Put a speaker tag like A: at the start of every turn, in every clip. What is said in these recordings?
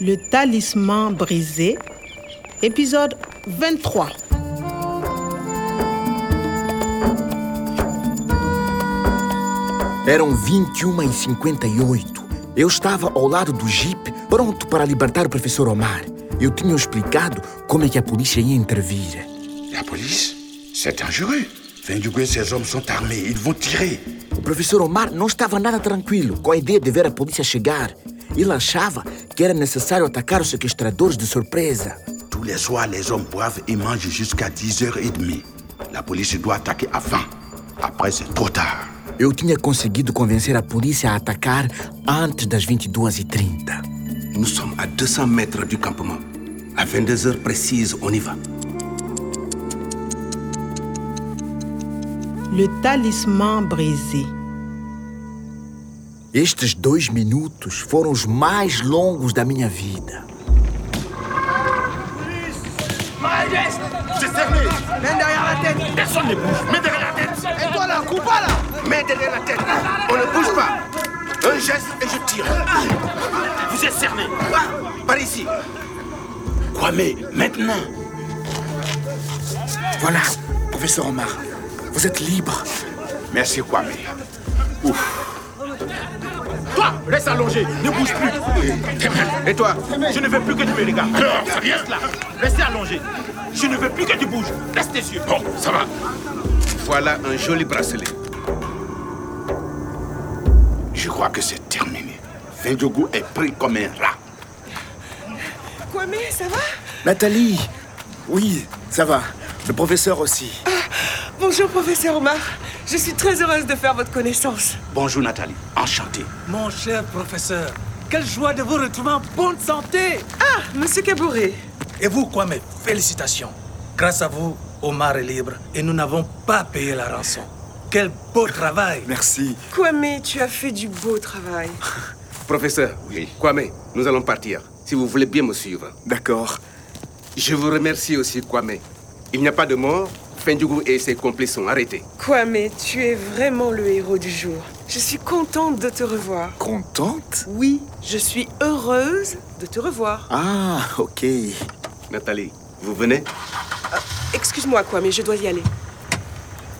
A: Le talisman brisé, épisode 23.
B: Eram 21 e 58. Eu estava ao lado do Jeep, pronto para libertar o professor Omar. Eu tinha explicado como é que a polícia ia intervir.
C: La police C'est dangereux. Fendugue et ses hommes sont armés. Ils vont tirer.
B: O professor Omar não estava nada tranquilo com a ideia de ver a polícia chegar. Ele achava que era necessário atacar os sequestradores de surpresa.
C: Tous les soirs, les hommes boivent et mangent jusqu'à 10h30. La police doit attaquer avant. Après, c'est trop tard.
B: Eu tinha conseguido convencer a polícia a atacar antes das 22h30.
D: Nous sommes à 200 mètres du campement. À 22 heures précises, on y va.
A: Le talisman brisé.
B: Estes dois minutos foram os mais longos da minha vida.
C: Mets derrière la tête. On ne bouge pas. Un geste et je tire. Vous êtes cerné. Par ici. Kwame, maintenant.
B: Voilà, professor Omar, é vous êtes libre.
C: Merci, Kwame. Ouf. Toi, reste allongé. Ne bouge plus. Eh. Et toi
E: Je ne veux plus que tu me regardes. Reste là. Restez allongé. Je ne veux plus que tu bouges. Reste tes yeux. Bon, ça va.
D: Voilà un joli bracelet.
C: Je crois que c'est terminé. Fendjougou est pris comme un rat.
F: Kwame, ça va
B: Nathalie Oui, ça va. Le professeur aussi.
F: Ah, Bonjour, professeur Omar. Je suis très heureuse de faire votre connaissance.
C: Bonjour, Nathalie. Enchanté.
G: Mon cher professeur, quelle joie de vous retrouver en bonne santé
F: Ah, monsieur Caboret.
G: Et vous, quoi, mes félicitations Grâce à vous, Omar est libre et nous n'avons pas payé la rançon. Quel beau travail
B: Merci.
F: Kwame, tu as fait du beau travail.
D: Professeur,
C: Oui.
D: Kwame, nous allons partir. Si vous voulez bien me suivre.
B: D'accord.
D: Je vous remercie aussi, Kwame. Il n'y a pas de mort. Fendjougou et ses complices sont arrêtés.
F: Kwame, tu es vraiment le héros du jour. Je suis contente de te revoir.
B: Contente
F: Oui, je suis heureuse de te revoir.
B: Ah, ok.
D: Nathalie, vous venez
F: Excuse-moi, Kwame, je dois y aller.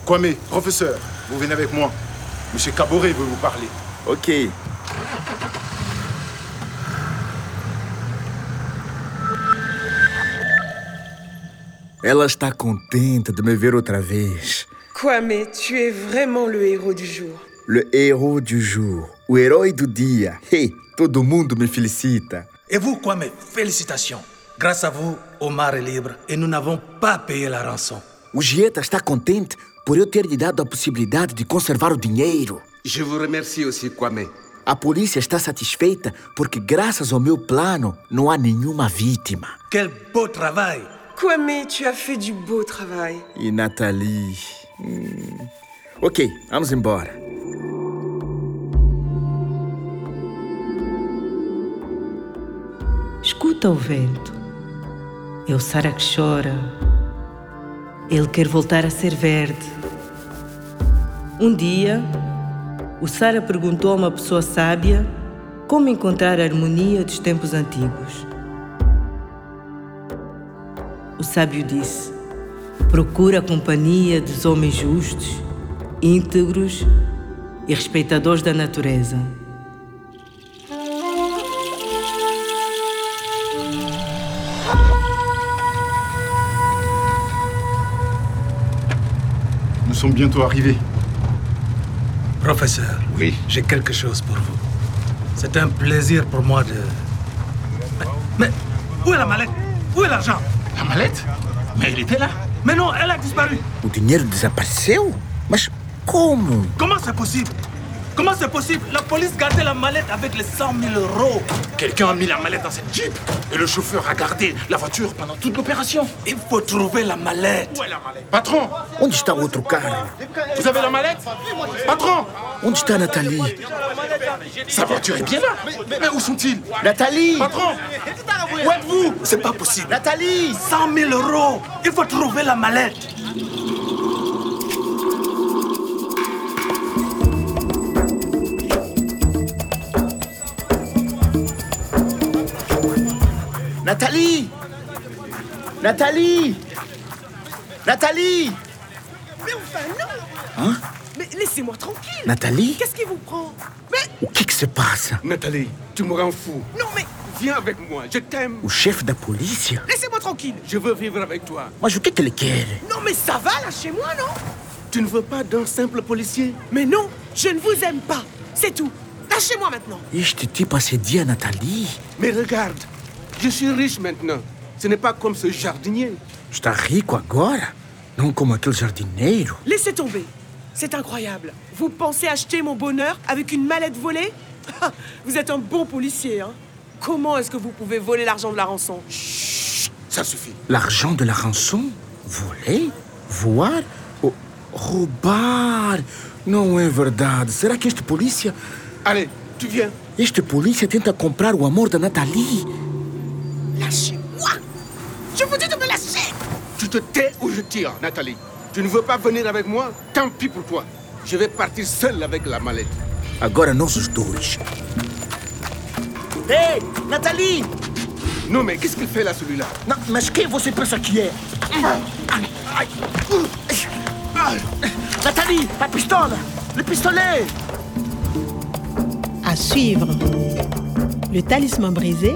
H: Kwame, professeur, vous venez avec moi. Monsieur Caboret veut vous parler.
B: Ok. Ela está contente de me ver outra vez.
F: Kwame, tu es vraiment le héros du jour.
B: Le héros du jour. O herói do dia. Hey, todo mundo me felicita.
G: Et vous, quoi, mes félicitations Grâce à vous, Omar est libre et nous n'avons pas payé la rançon.
B: O Gieta está contente por eu ter lhe dado a possibilidade de conservar o dinheiro.
D: Je vous remercie aussi, Kwame.
B: A polícia está satisfeita porque, graças ao meu plano, não há nenhuma vítima.
G: Quel beau travail
F: Kwame, tu as fait du beau travail.
B: E Nathalie. hum. Ok, vamos embora.
I: Escuta o vento. É o Sara que chora. Ele quer voltar a ser verde. Um dia, o Sara perguntou a uma pessoa sábia como encontrar a harmonia dos tempos antigos. O sábio disse: procura a companhia dos homens justos, íntegros e respeitadores da natureza.
H: Nous sommes bientôt arrivés.
G: Professeur,
C: Oui.
G: j'ai quelque chose pour vous. C'est un plaisir pour moi de... Mais, mais où est la mallette Où est l'argent
C: La mallette
G: Mais il était là. Mais non, elle a disparu.
B: O dinheiro desapareceu? Mas como?
G: Comment c'est possible Comment c'est possible La police gardait la mallette avec les 100 000 euros.
E: Quelqu'un a mis la mallette dans cette Jeep et le chauffeur a gardé la voiture pendant toute l'opération.
G: Il faut trouver la mallette.
E: Où est la mallette
H: Patron,
B: Onde está o outro cara?
E: Vous avez la mallette
H: patron,
B: Onde está a Nathalie?
E: Sa voiture est bien là.
H: mais où sont-ils
B: Nathalie!
H: Patron, où êtes-vous C'est pas possible.
B: Nathalie!
G: 100 000 euros. Il faut trouver la mallette.
B: Nathalie Nathalie Nathalie
F: Mais enfin, non
B: Hein
F: Mais laissez-moi tranquille
B: Nathalie
F: Qu'est-ce qui vous prend
B: O que, que se passa?
D: Nathalie, tu me rends fou.
F: Non, mais
D: Viens avec moi, je t'aime.
B: O chefe da polícia?
F: laissez-moi tranquille
D: Je veux vivre avec toi.
B: Mas o que, que ele quer?
F: Non, mais ça va, lâchez-moi, non
D: Tu ne veux pas d'un simple policier
F: Mais non, je ne vous aime pas C'est tout Lâchez-moi maintenant
B: Este tipo assedia a Nathalie.
D: Mais regarde, je suis riche maintenant. Ce n'est pas comme ce jardinier.
B: Está rico agora? Não como aquele jardineiro.
F: Laissez tomber C'est incroyable Vous pensez acheter mon bonheur avec une mallette volée Ah, Vous êtes un bon policier, hein Comment est-ce que vous pouvez voler l'argent de la rançon
D: Ça suffit.
B: L'argent de la rançon? Voler? Voar? O- roubar? Não é verdade. Será que este polícia.
D: Allez, tu viens.
B: Este polícia tenta comprar o amor da Nathalie?
F: Lâchez-moi Je vous dis de me lâcher
D: Tu te tais ou je tire, Nathalie. Tu ne veux pas venir avec moi Tant pis pour toi. Je vais partir seul avec la mallette.
B: Agora nós os dois. Ei, Nathalie!
D: Non, mais qu'est-ce qu'il fait là, celui-là
B: Não, mas quem você pensa que é? Nathalie, a pistola! Le pistolet!
A: À suivre. Le Talisman brisé,